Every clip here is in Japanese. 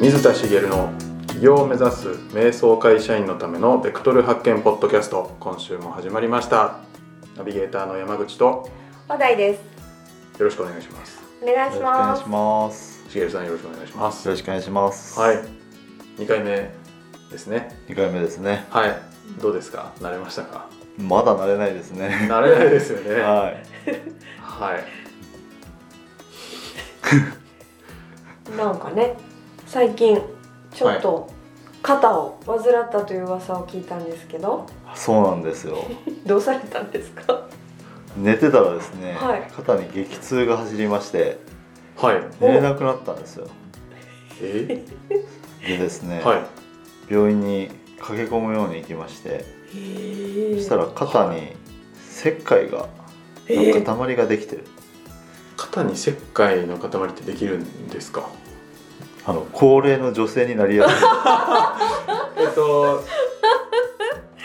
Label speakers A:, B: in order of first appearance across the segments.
A: 水田茂の起業を目指す瞑想会社員のためのベクトル発見ポッドキャスト今週も始まりましたナビゲーターの山口と
B: 話題です。
A: よろしくお願いします
B: お願いし
C: よろしくお願
B: ま
C: い
B: す
C: し。ます。
A: 茂さんよろしくお願いします
C: よろしくお願いします。
A: はい2回目ですね
C: 二回目ですね。
A: はいどうですか慣れました か
C: まだ慣れないですね。
A: 慣れないですよね は
C: はい
B: なんかね、最近ちょっと肩を患ったという噂を聞いたんですけ ど、。
C: そうなんですよ。
B: どうされたんですか？
C: 寝てたらですね、
B: はい
C: 肩に激痛が走りまして
A: いはい
C: 寝れなくなったんですよ。
A: え
C: でですね、
A: はい
C: 病院に駆け込むように行きまして、そしたら肩に石灰が
B: え
C: の塊ができてる。
A: 肩に石灰の塊ってできるんですか
C: あの高齢の女性にな りやすい。
A: えっと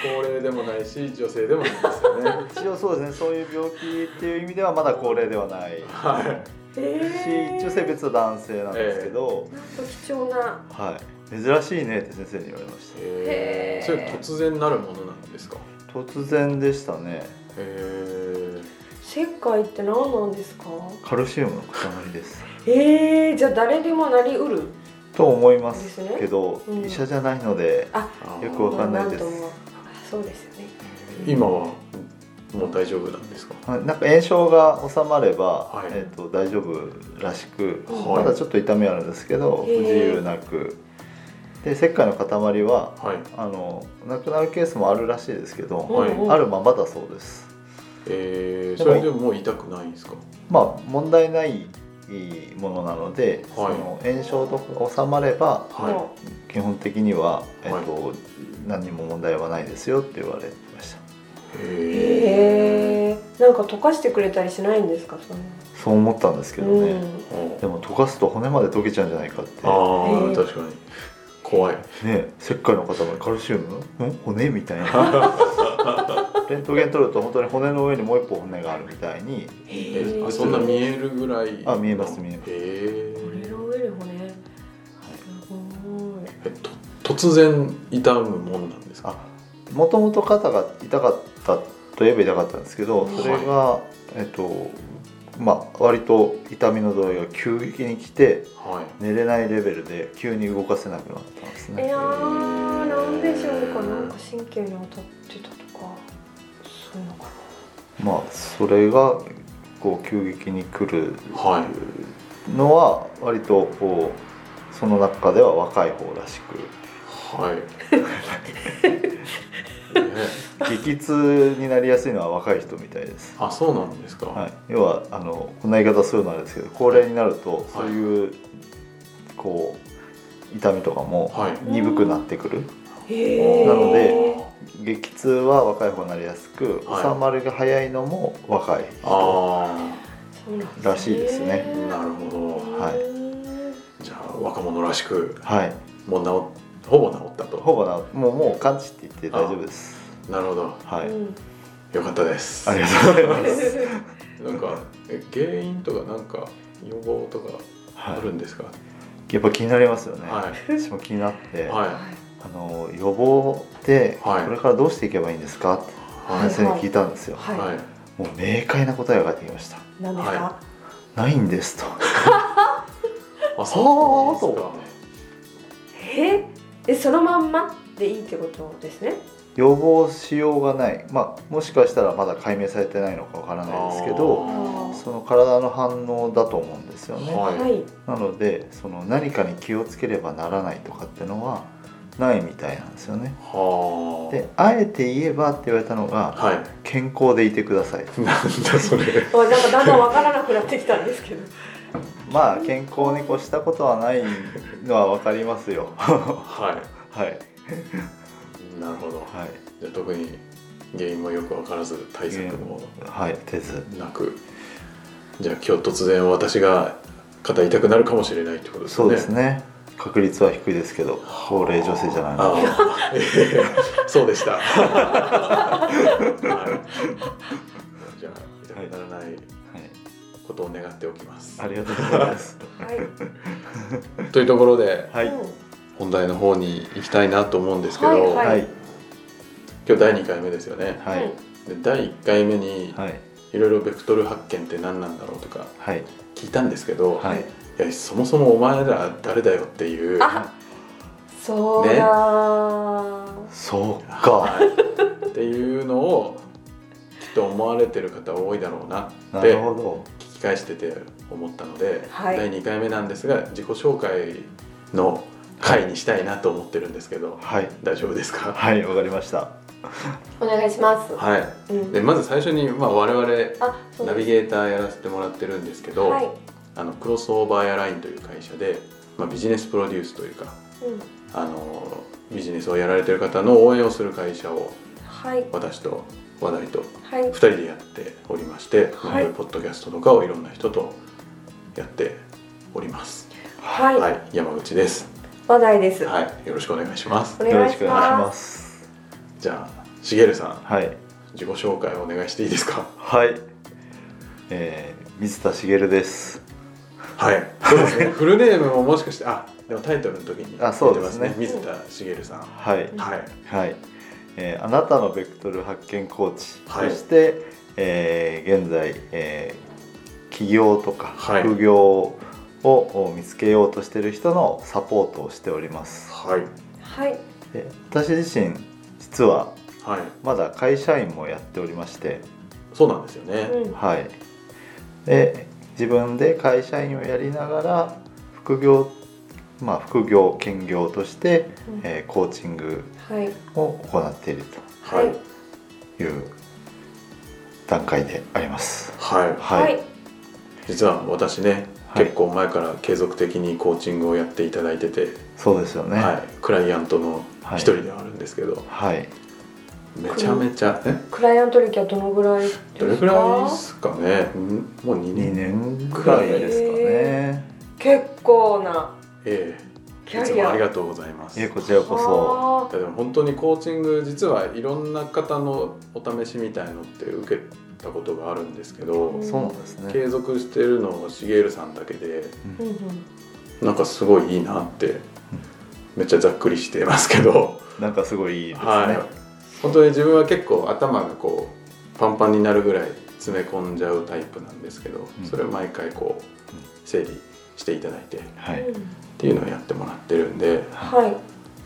A: 高齢でもないし女性でもないですよ ね
C: 一応そうですね、そういう病気っていう意味ではまだ高齢ではない。し、
A: はい
B: え
C: 一応性別は男性なんですけど、
B: なんか貴重な。
C: はい、珍しいねって先生に言われました
A: へえ
B: へー
A: それ突然なるものなんですか
C: 突然でしたね
A: へえ
B: 石灰って何なんですか？
C: カルシウムの塊 です
B: ええじゃあ誰でもなりうる。
C: と思いま
B: ですすね
C: けど、
B: うん
C: 医者じゃないのでよくわかんないです
B: まあんともそうですよね。
A: 今はもう大丈夫なんですか
C: はいなんか炎症が治まれば、
A: はい
C: えー、と大丈夫らしく、
A: はい
C: まだちょっと痛みはあるんですけど
B: へー
C: 不自由なくで石灰の塊は
A: はい
C: あのなくなるケースもあるらしいですけど、
A: はい
B: うんうん
C: あるままだそうです
A: えー、
C: で
A: そ
C: も
A: れでももう痛くないんですか
C: まあ問題ないものなので、
A: はい
C: その炎症とか治まれば
A: はい
B: も
C: 基本的には、えっと何にも問題はないですよって言われました
B: う
A: へえ
B: へえなんか溶かしてくれたりしないんですか？その
C: そう思ったんですけどね、
B: うん。
C: でも溶かすと骨まで溶けちゃうんじゃないかって
A: ああー、
B: へー
A: 確かに怖い
C: ね石灰の塊カルシウムん骨みたい なレントゲン取ると本当に骨の上にもう一本骨があるみたいに
A: え
B: へえ
A: あそんな見えるぐらい
C: あ見えます見えます
A: へ
B: 骨
A: ー
B: の上に骨すごい
A: えと突然痛むもんなんですか
C: あもともと肩が痛かったといえば痛かったんですけどそれが、えっとまあ割と痛みの度合いが急激に来て
A: はい
C: 寝れないレベルで急に動かせなくなったんです
B: い
C: ね
B: やーなんでしょうかなんか神経に当たってたとかそういうのか
C: まあそれがこう急激に来る
A: はい
C: のは割とこうその中では若い方らしく
A: はい。 ね
C: 激痛になりやすいのは若い人みたいです、
A: あ、そうなんですか。
C: はい、要はあのこんな言い方するのはあれですけど高齢になるとそういう、こう痛みとかも
A: はい。
C: 鈍くなってくる
B: なへー
C: なので激痛は若い方になりやすく、
A: はい
C: 収まりが早いのも若い人
A: あ
B: そうなん
C: らしいですね
A: あ、なるほ
C: はい
A: ど。じゃあ若者らしく
C: はい
A: もう治っほぼ治ったと。
C: ほぼなもうもう完治って言って大丈夫です
A: なるほど。
C: はい、
B: うん
A: よかったです。
C: ありがとうございます、
A: なんかえ原因とかなんか予防とかあ
C: は
A: るんですか。
C: い、やっぱ気になりますよね、
A: は
C: 私も気になって、
A: いは
C: あの予防ってこ
A: はい
C: れからどうしていけばいいんですかって
A: い
C: 先生に聞いたんですよ、
B: はい、
A: はい。
C: もう明快な答えが返ってきました
B: 何ですか、
A: は
C: ないんですと
A: あ、
C: そう
A: なん
B: ええそのまんまでいいってことですね
C: 予防しようがないまあもしかしたらまだ解明されてないのかわからないですけど
B: あー
C: その体の反応だと思うんですよね、
A: はい
B: はい
C: なのでその何かに気をつければならないとかってのはないみたいなんですよね
A: はあ。
C: であえて言えばって言われたのが
A: はい。
C: 健康でいてください
A: なんだそ れ。
B: あなんかだんだんわからなくなってきたんですけど
C: まあ健康に越したことはないのは分かります よは
A: はいい。なるほど。
C: はい
A: じゃあ特に原因もよく分からず対策も
C: はい手ず
A: なくじゃあ今日突然私が肩痛くなるかもしれないってことですね
C: そうですね確率は低いですけど高齢女性じゃないの
A: あ
C: で
A: あ、え えそうでした、 はい、じゃあ痛くならないことを願っておきます、
C: はい、ありがとうございます
B: はい
A: というところで
C: はい、
B: うん
A: 本題の方に行きたいなと思うんですけど、
B: はい
C: はい
A: 今日第2回目ですよね
C: はい
A: で第1回目に
C: はい
A: いろいろベクトル発見って何なんだろうとか
C: はい
A: 聞いたんですけど、
C: はい
A: いやそもそもお前ら誰だよっていう
B: あそうだー、
C: そうか
A: はいっていうのをきっと思われてる方多いだろうな
C: な
A: で
C: るほど
A: 聞き返してて思ったので、
B: はい
A: 第2回目なんですが自己紹介の回にしたいなと思ってるんですけど、
C: はい
A: 大丈夫ですか
C: はいわかりました
B: お願いします、
A: はい
B: うん
A: でまず最初に、まあ、我々
B: あそう
A: ナビゲーターやらせてもらってるんですけど、
B: はい、
A: あのクロスオーバーエアラインという会社で、まあ、ビジネスプロデュースというか
B: うん、
A: あのビジネスをやられてる方の応援をする会社を
B: はい
A: 私と話題と
B: はい
A: 2人でやっておりまして、まあ
B: はい
A: ポッドキャストとかをいろんな人とやっております。
B: はい、
A: はい、山口です。
B: 話題です、
A: はい、よろしくお願いします。
B: お
C: よ
B: 願
C: ろ
B: い
C: し
B: し
C: くお願いし
B: ま
C: ますす
A: じゃあ、しげるさん、
C: はい
A: 自己紹介をお願いしていいですか。
C: はいえー、水田茂です
A: はい、そうです ね。フルネームももしかして、あ、でもタイトルの時に
C: あそうですね
A: 出てます水田しげるさん。は
C: はい
A: い、
C: はい、えーあなたのベクトル発見コーチ
A: はい
C: として、えー現在、えー起業とか
A: はい
C: 副業を、を見つけようとしている人のサポートをしております
A: はい、
B: はい
C: で私自身実は
A: はい、
C: まだ会社員もやっておりまして
A: そうなんですよね。
B: うん
C: はいで自分で会社員をやりながら副業まあ副業兼業として、
B: うん
C: えーコーチング
B: はい
C: を行っていると
A: はい、
C: いう段階であります。
A: はい、
B: はい、
C: はい、
A: 実は私ね、
C: はい
A: 結構前から継続的にコーチングをやっていただいてて、
C: そうですよね。
A: は、
C: はい
A: クライアントの
C: はい
A: 一人ではあるんですけど、
C: い、
A: めちゃめちゃ、え、
B: クライアント歴はどのぐらいですか
A: どれぐらいですかね。んもう二
C: 二
A: 年。
C: 年くらいですかね。
B: 結構な
A: ええ
B: キ
A: いつ
B: ャリ
A: もあ
B: ア
A: りがとうございます。
C: え
A: い
C: こちらこそ。
B: あー
A: やでも本当にコーチング実はいろんな方のお試しみたいのって受けたことがあるんですけど、
B: うん
C: そうなんですね。
A: 継続してるのをしげるさんだけで
B: うんうん
A: なんかすごいいいなってめっちゃざっくりしてますけど、
C: なんかすごいいいですね。
A: はい、本当に自分は結構頭がこうパンパンになるぐらい詰め込んじゃうタイプなんですけど
C: うん
A: それを毎回こう整理していただいてっ
C: はい、
A: ていうのをやってもらってるんで
B: はい、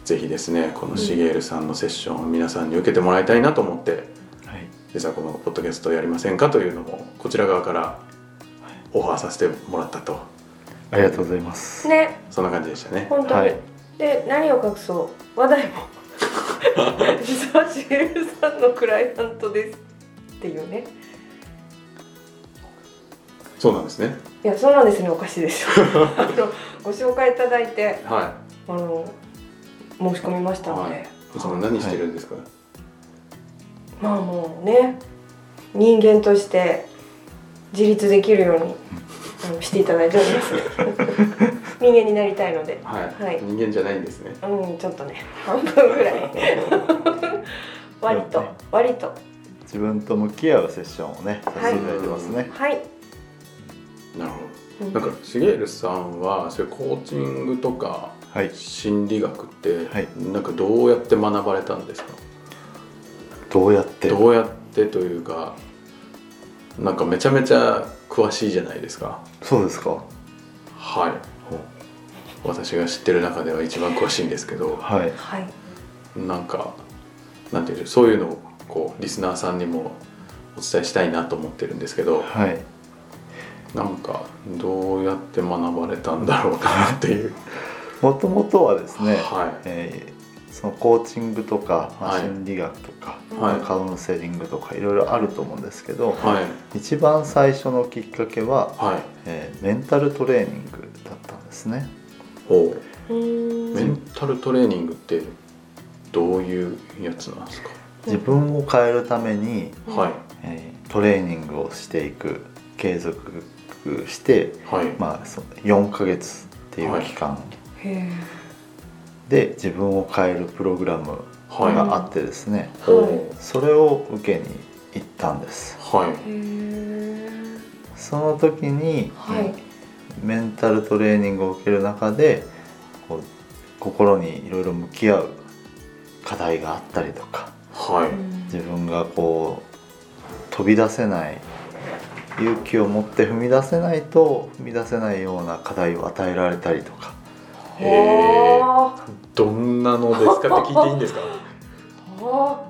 A: ぜひですねこのしげるさんのセッションを皆さんに受けてもらいたいなと思って
C: はい、
A: 実はこのポッドキャストやりませんかというのもこちら側からオファーさせてもらったと
C: ありがとうございます。
B: ね
A: そんな感じでしたね。
B: 本当に、
C: はい
B: で何を隠そう話題も 実はしげるさんのクライアントですっていうね
A: そうなんですね。
B: いやそうなんですねおかし いですよあのご紹介いただいて
A: は
B: あの申し込みましたので、
A: はいい。その何してるんですか。
B: まあもうね人間として自立できるようにあのしていただいており ます人間になりたいので
A: はい。
B: はい
A: 人間じゃないんですね。
B: うんちょっとね半分 ぐらい割と割と
C: 自分と向き合うセッションをね、させていただいてますね。
B: はい、
A: なるほど。
B: うん
A: なんかしげるさんはそういうコーチングとか
C: はい、
A: 心理学って、
C: はい
A: なんかどうやって学ばれたんですか
C: どうやって。
A: どうやってというかなんかめちゃめちゃ詳しいじゃないですか
C: そうですか。
A: はい私が知ってる中では一番詳しいんですけど
C: はい、
B: はい
A: なんかなんていうんでしょうそういうのをこうリスナーさんにもお伝えしたいなと思ってるんですけど
C: はい。
A: なんかどうやって学ばれたんだろうなっていう、
C: もともとはですね。
A: はい
C: えーそのコーチングとか、まあ
A: はい
C: 心理学とか、
A: はい
C: カウンセリングとかいろいろあると思うんですけど、
A: はい
C: 一番最初のきっかけは、
A: はい
C: えーメンタルトレーニングだったんですね。
A: おう
B: うーん
A: メンタルトレーニングってどういうやつなんですか。
C: 自分を変えるために、
B: うん
A: はい
C: えートレーニングをしていく継続して、
A: はい
C: まあ、その4ヶ月っていう期間
B: へえ
C: で自分を変えるプログラム
A: はい
B: ま
C: があってですね、
A: お
B: は
A: う
C: それを受けに行ったんです。
A: はい
B: へえ
C: その時に、
B: はい
C: メンタルトレーニングを受ける中で、心にいろいろ向き合う課題があったりとか
A: は
B: う
A: い
B: ん
C: 自分がこう飛び出せない勇気を持って踏み出せないと踏み出せないような課題を与えられたりとか
A: へえ
B: は
A: どんなのですかって聞いていいんですか
B: あは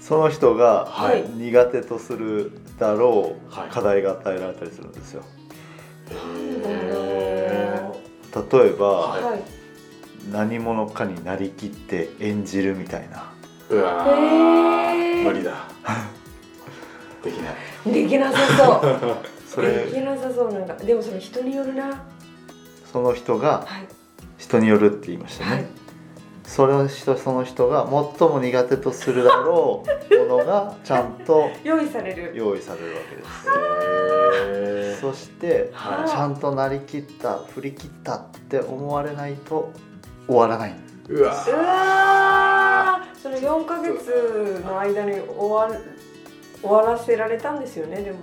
C: その人が
A: はい
C: 苦手とするだろ
A: はいう
C: 課題が与えられたりするんですよ。
A: へ
C: 例えば
A: はい
B: あはい
C: 何者かになりきって演じるみたいな
A: ーうわー、
B: へー
A: 無理だできない
B: できなさそう
C: そ
B: で
C: れ
B: きなさそうなんかでもそれ人によるな
C: その人が
B: はい
C: 人によるって言いましたね、
B: はい
C: その人その人が最も苦手とするだろうものがちゃんと
B: 用意される
C: 用意されるわけで
A: へー
C: すそして
A: はい
C: ちゃんとなりきった振り切ったって思われないと終わらないう
A: わ
B: うわーそれ4ヶ月の間に終わる終わらせられたんですよねでも、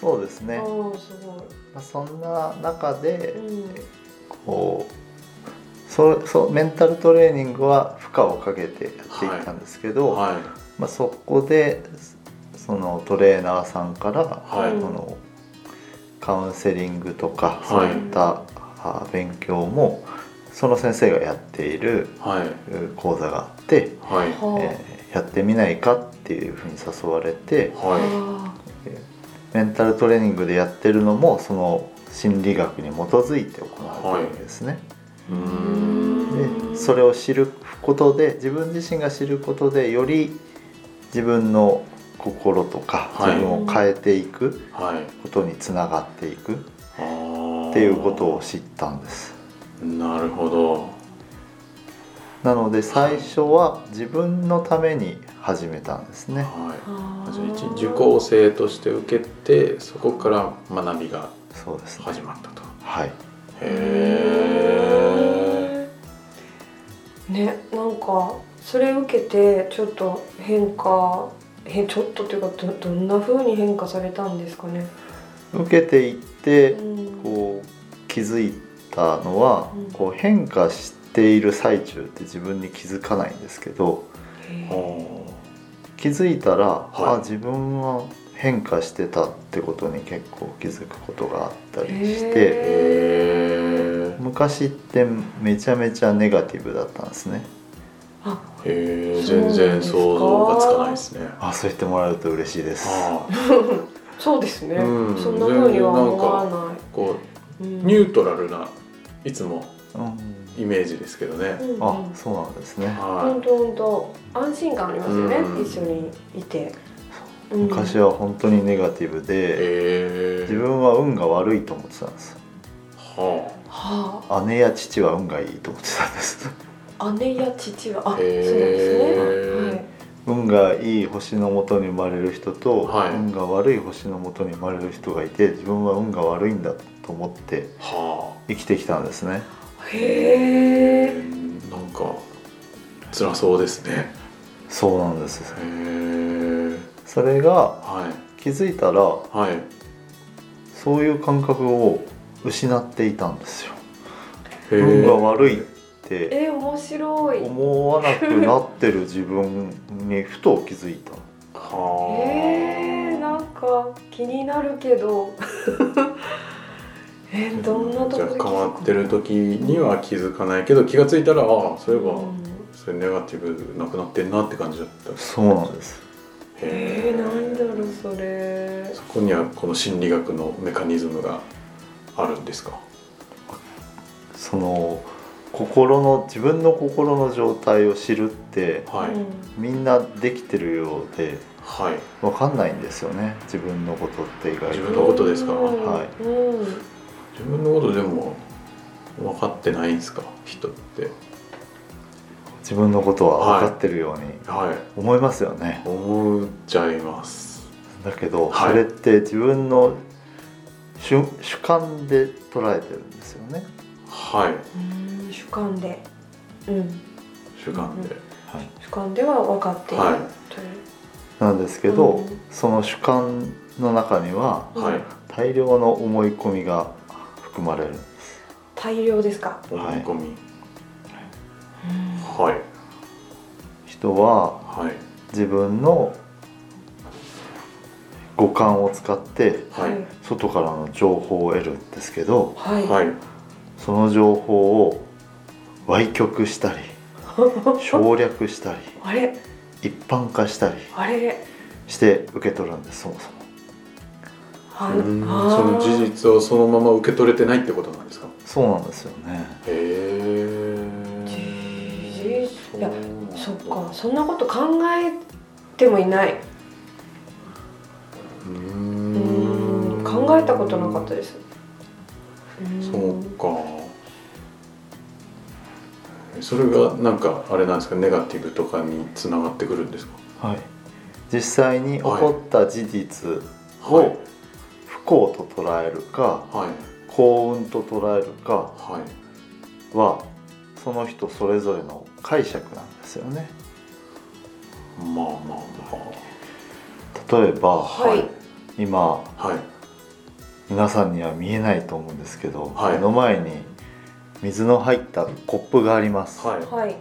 C: そうですね、
B: おおすご
C: まあ、そんな中で
B: い、うん、
C: こうそうそうメンタルトレーニングは負荷をかけてやっていったんですけど、
A: は
C: まあ、そこでそのトレーナーさんから、
A: はい
C: このカウンセリングとかそう
A: はい
C: いったあ勉強もその先生がやっている
A: いはいう
C: 講座があって、
A: はい
B: は
C: えーやってみないかっていうふうに誘われて
B: あ
A: は
C: メンタルトレーニングでやってるのもその心理学に基づいて行われてるんですね。
A: いうーん
B: うん
C: でそれを知ることで自分自身が知ることでより自分の心とか
A: はい
C: 自分を変えていく
A: はい
C: ことにつながっていくっ
A: あー
C: ていうことを知ったんです。
A: なるほど
C: なので最初は自分のために始めたんですね。
A: はい
B: あ
A: じゃあ一受講生として受けてそこから学びが
C: そうですね。
A: 始まったと
C: はい。
A: へえ
B: ねなんかそれ受けてちょっと変化へちょっとっていうかどどんな風に変化されたんですかね、
C: 受けていって
B: うん、
C: こう気づいたのは
B: うん
C: こう変化している最中って自分に気づかないんですけど。
B: へー
A: お
C: 気づいたら、
A: い
C: あ自分は変化してたってことに結構気づくことがあったりし
A: へ
C: て
B: へ
A: え
C: 昔ってめちゃめちゃネガティブだったんですね
B: あ
A: へえ全然想像がつかないですね
C: あそう言ってもらえると嬉しいです
A: あー
B: そうですね、
A: うん
B: そんな風には思わない
A: こう
B: ニ
A: ニュートラルないつも
C: うん
A: イメージですけどね
B: うん
C: あそうなんですね
B: 本
A: は
B: 当本当安心感ありますよね、
A: うん
B: 一緒にいて、うん
C: 昔は本当にネガティブ
A: い
C: で
A: へえ
C: 自分は運が悪いと思ってたんです
A: はあ
B: は
C: 姉や父は運がいいと思ってたんです
B: あ姉や父はあそうなん
A: へー
B: ですね、
C: 運がいい星の元に生まれる人と、
A: はい
C: 運が悪い星の元に生まれる人がいて自分は運が悪いんだと思って
A: は
C: 生きてきたんですね
B: はい、
A: あ
B: へ
A: え
B: え
A: ーなんか辛そうですね
C: そうなんです
A: へえ
C: それが
A: はい
C: 気づいたら
A: はい
C: そういう感覚を失っていたんですよ
A: へ
C: 運
A: え
C: が悪いって
B: えー、面白い
C: 思わなくなってる自分にふと気づいた
A: はあ
B: えー、なんか気になるけど えー、どんなとこ
A: じゃ
B: で
A: あ
B: 気づく
A: 変わってる時には気づかないけど気がついたらああそういえば、
B: うん
A: それネガティブなくなってんなって感じだった
C: そうなんです
B: えー、なんだろう
A: そ
B: それ
A: こにはこの心理学のメカニズムがあるんですか
C: その心の自分の心の状態を知るって
A: はい、
B: うん
C: みんなできてるようで
A: はい
C: わかんないんですよね自分のことって意外
A: 自分
C: と
A: のことですか
B: うん
C: はい
B: うん
A: 自分のことでも分かってないんですか人って
C: 自分のことは分かってるように
A: はい
C: 思いますよね、
A: 思っちゃいます
C: だけど、
A: はい
C: それって自分の主主観で捉えてるんですよね。
A: はい
B: うん主観でうん
A: 主観で、
C: はい、
B: 主観では分かっている
A: はい
B: という、
C: なんですけど、
B: うん
C: その主観の中には
B: うん
A: はい
C: 大量の思い込みが含まれる。
B: 大量ですか
A: 思い込み、はい
C: 人は
A: はい
C: 自分の五感を使って
A: はい
C: 外からの情報を得るんですけど
B: はいはい
A: はい
C: その情報を歪曲したり省略したり
B: あれ
C: 一般化したり
B: あれ
C: して受け取るんですそもそも
B: あ
A: うーんその事実をそのまま受け取れてないってことなんですか
C: そうなんですよね
A: へえ
B: じいやそっかそんなこと考えてもいないうう
A: ー
B: ー
A: ん
B: ん考えたことなかった
A: で
B: ですうーん
A: そうかそれがなんかあれなんですかネガティブとかにつながってくるんですか
C: はい実際に起こった事実
A: は
C: を不幸と捉えるか
A: はい
C: 幸運と捉えるか
A: はい
C: はその人それぞれの解釈なんですよね
A: まあま
C: 例えば、
B: はい
C: 今
A: あまあはい
C: 皆さんには見えないと思うんですけど、
A: はい
C: 目の前に水の入ったコップがあります、
A: はい
B: はい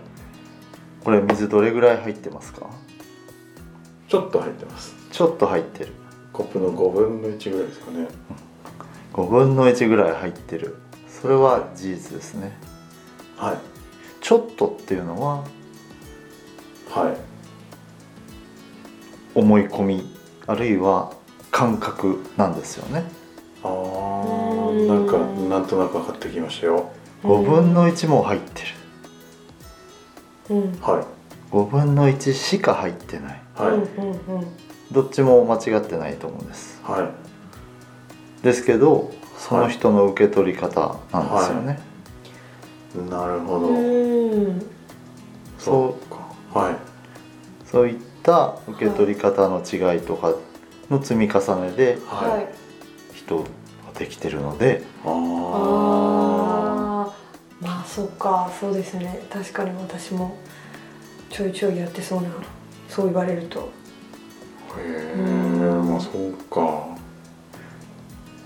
C: これ水どれぐらい入ってますか
A: ちょっと入ってます
C: ちょっと入ってる
A: コップの5分の1ぐらいですかね
C: 5分の1ぐらい入ってるそれは事実ですね
A: はい
C: ちょっとっていうのは
A: はい
C: 思い込みあるいは感覚なんですよね
A: あ
B: う
A: ー
B: ん
A: なんかなんとなく分かってきましたよ
C: 5分の1も入ってる
B: うん
A: はい
C: 5分の1しか入ってない
A: はい、
B: うんうんうん
C: どっちも間違ってないと思うんです
A: はい
C: ですけどその人の受け取り方なんですよね、
A: なるほ
B: う
A: ど、
B: ーん
C: そう
A: かはい
C: そういった受け取り方の違いとかの積み重ねで
A: はい、
B: はい
C: 人はできてるので
A: あ
B: あーまあそうかそうですね確かに私もちょいちょいやってそうなそう言われると
A: あへえ
B: うん
A: まあそうか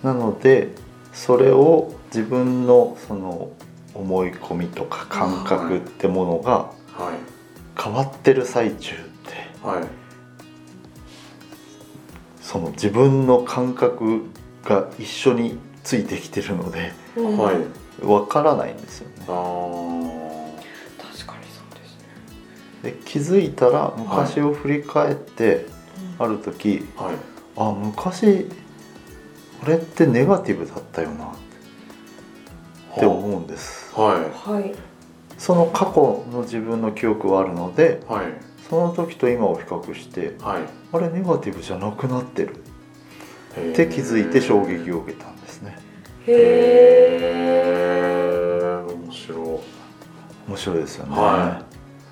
C: なのでそれを自分のその思い込みとか感覚ってものが
A: はい
C: 変わってる最中って
A: はい
C: その自分の感覚が一緒についてきてるので
B: うん
A: はい
C: わからないんですよね
A: あー
B: 確かにそうですね
C: で気づいたら昔を振り返って
B: うん
C: ある時
A: はい
C: あ昔俺ってネガティブだったよなって思うんです
A: は
B: はい
C: その過去の自分の記憶はあるので
A: いはい
C: その時と今を比較して
A: はい
C: あれネガティブじゃなくなってる
A: へー
C: って気づいて衝撃を受けたんですね
B: へえ
A: へえ面白い
C: 面白いですよね、
A: は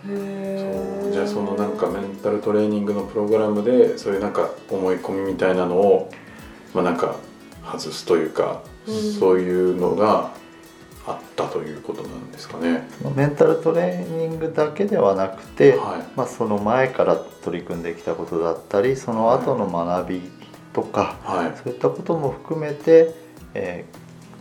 A: そうじ
B: じ
A: ゃあそのなんかメンタルトレーニングのプログラムでそういうなんか思い込みみたいなのをまあなんか外すというか、
B: うん
A: そういうのがあったということなんですかね。
C: そのメンタルトレーニングだけではなくて、
A: はい
C: まあ、その前から取り組んできたことだったりその後の学びとか、
A: はい
C: そういったことも含めて、えー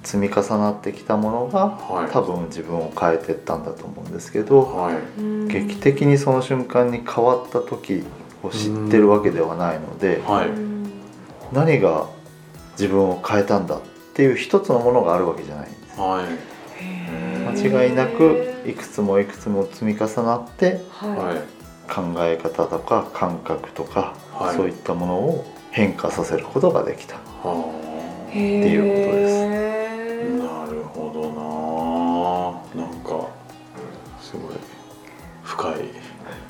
C: 積み重なってきたものが
A: はい
C: 多分自分を変えてったんだと思うんですけど
A: はい
C: 劇的にその瞬間に変わった時を知ってるわけではないので
A: はい
C: 何が自分を変えたんだっていう一つのものがあるわけじゃないんです
A: はい
C: 間違いなくいくつもいくつも積み重なって
A: は
B: はい
C: 考え方とか感覚とか
A: はい
C: そういったものを変化させることができた
A: はいい。
B: へー
C: っていうことです
A: なるほどな。なんかすごい深い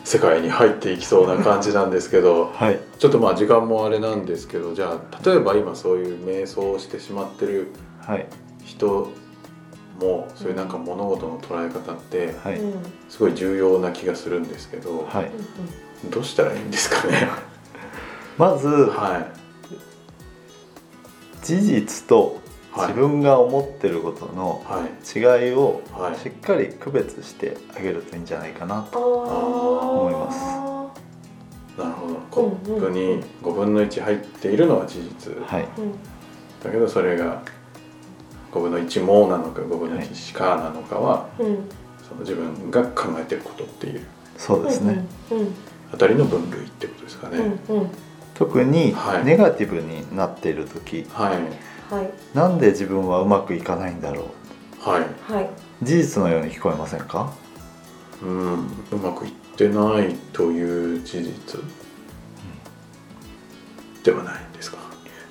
A: 世界に入っていきそうな感じなんですけど。
C: はい
A: ちょっとまあ時間もあれなんですけどじゃあ例えば今そういう瞑想をしてしまってる
C: はい
A: 人もそういうなんか物事の捉え方って
C: は
B: う
C: い
B: んうん
A: すごい重要な気がするんですけど、
C: はい
A: どうしたらいいんですかね
C: まず
A: は
C: 事実と
A: いはい
C: 自分が思ってることの
A: はい
C: 違いを
A: はい
C: しっかり区別してあげるといいんじゃないかなと
B: あー
A: 思
C: いま
A: なるほどコップに5分の1入っているのは事実
C: はい
B: うん
A: だけどそれが5分の1もなのか5分の1しかなのかは
B: うん
A: その自分が考えてることっていう
C: そうですね、
B: うんうん
A: あたりの分類ってことですかね、
B: うんうん
C: 特に
A: はい
C: ネガティブになっている時、
A: はい
B: はい
C: なんで自分はうまくいかないんだろ
A: はい
B: はい。
C: う事実のように聞こえませんか
A: うんうまくいってないという事実ではないんですか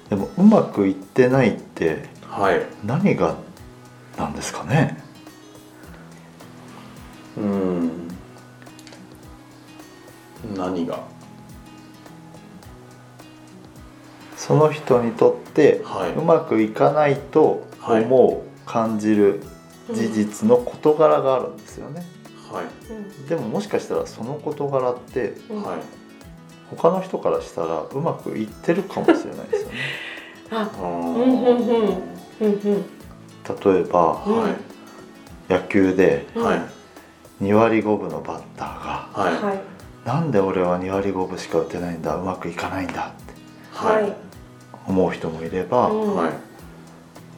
C: でもうまくいってないって
A: はい
C: 何がなんですかね
A: うん何が
C: その人にとって
A: はいう
C: まくいかないと
A: はい
C: 思う、感じる事実の事柄があるんですよね
A: はい
B: うん。
C: でももしかしたらその事柄って
B: うん。
A: はい
C: 他の人からしたらうまくいってるかもしれないですよね
B: あ、
A: あ
B: うんうんうん
A: ー
B: うんうん。
C: 例えば
A: はい
C: 野球で
B: うん
A: はい
C: 2割5分のバッターが
A: はいはい
B: はい。
C: なんで俺は2割5分しか打てないんだうまくいかないんだって
A: はい
B: はい
C: 思う人もいれば、
B: うん
A: はい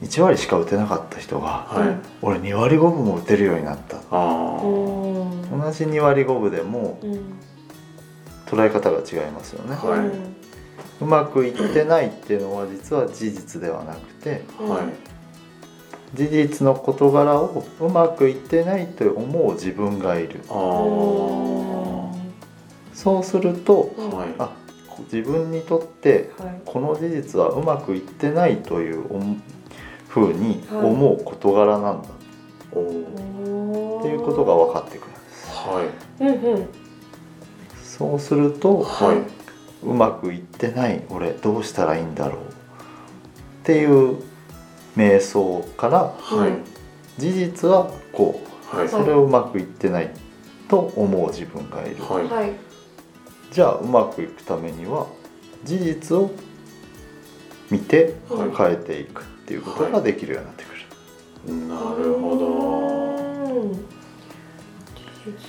C: 1割しか打てなかった人が
A: はい
B: うん
C: 俺2割5分も打てるようになった
A: あ
B: う
A: ー
B: ん。
C: 同じ2割5分でも
B: うん。
C: 捉え方が違いますよね、
A: はいう
C: うまくいってないっていうのは実は事実ではなくて
B: ん
A: はい
C: 事実の事柄をうまくいってないと思う自分がいる
A: あ
B: うん
A: ー
C: そうすると
B: うん
A: はい
C: あ自分にとって
B: はい。
C: この事実はうまくいってないというおんふうに思う事柄なんだ
A: おー
B: おー
C: っていうことが分かってくるんです
A: はい
B: うんうん。
C: そうすると
A: はい。
C: うまくいってない俺どうしたらいいんだろうっていう瞑想から
A: はい。
C: 事実はこう
A: はい。
C: それをうまくいってないと思う自分がいる、
A: はい。
B: はい。
C: じゃあうまくいくためには事実を見て
B: はい
C: 変えていくっていうことができるようになってくる、
A: なるほど。
B: うん。事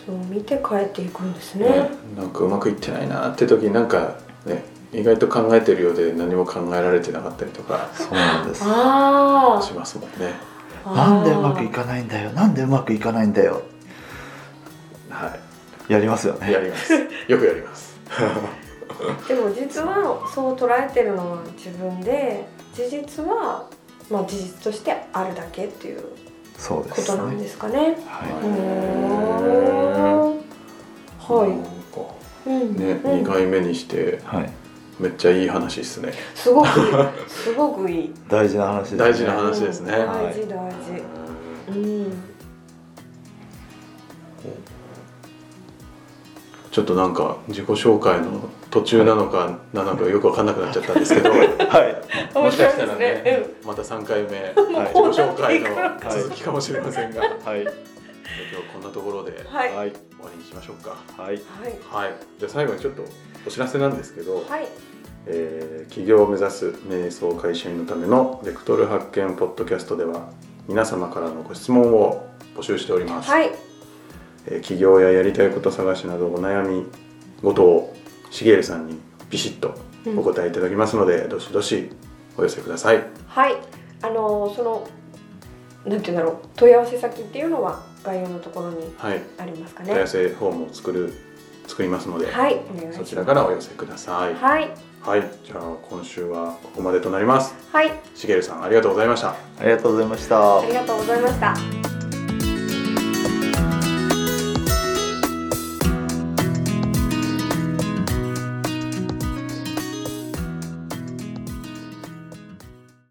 B: 実を見て変えていくんですね。
A: ね、なんかうまくいってないなって時、なんかね、意外と考えてるようで、何も考えられてなかったりとか。
C: そうなんです
B: あ
A: しますもんね。
B: あ。
C: なんでうまくいかないんだよなんでうまくいかないんだよ
A: は
C: やりますよ
A: い。や
C: ね
A: ります。よくやります。
B: でも実はそう捉えてるのは自分で事実はまあ事実としてあるだけっていう
C: そうで
B: こ
C: す
B: となん
C: ね
B: ですかね。
C: は
B: うー
A: い
B: ん
A: はい
B: は。うん
A: い。ね、
B: うん
A: 二回目にして
C: い、、はい、
A: めっちゃいい話ですね。
B: すごくいいすごくいい。
C: 大事な話です、ね、
A: 大事な話ですね。
B: うん大事大事。うん。
A: ちょっとなんか自己紹介の途中なのかなのかよく分かんなくなっちゃったんですけ ど。
C: は
A: もしかしたら
B: 面白
A: ね
B: いですね。
A: また3回目
C: い、はい
B: こう
A: 自己紹介
B: は
A: の続きかもしれませんが、
C: はい
A: 今日はこんなところで
B: うん
A: 終
B: はい。は。
C: はい
A: わ
C: い
A: りにしましょうか
C: はい
A: はいじゃあ最後にちょっとお知らせなんですけど、
B: はい。
A: えー起業を目指す瞑想会社員のためのベクトル発見ポッドキャストでは皆様からのご質問を募集しております、
B: はい。
A: えー起業ややりたいこと探しなどお悩み事をしげるさんにビシッとお答えいただきますので、どしどしお寄せください
B: はい、あのそのなんていうんだろう問い合わせ先っていうのは概要のところに
A: はい
B: ありますか
A: 問い合
B: ね
A: わ。せフォームを作る作りますので、
B: はい、お願いし
A: そ
B: ます
A: ち。らからお寄せください。はい、
B: はい、
A: じゃあ今週はここまでとなります。
B: はい、
A: しげるさんありがとうございました。
C: ありがとうございました
B: ありがとうございました。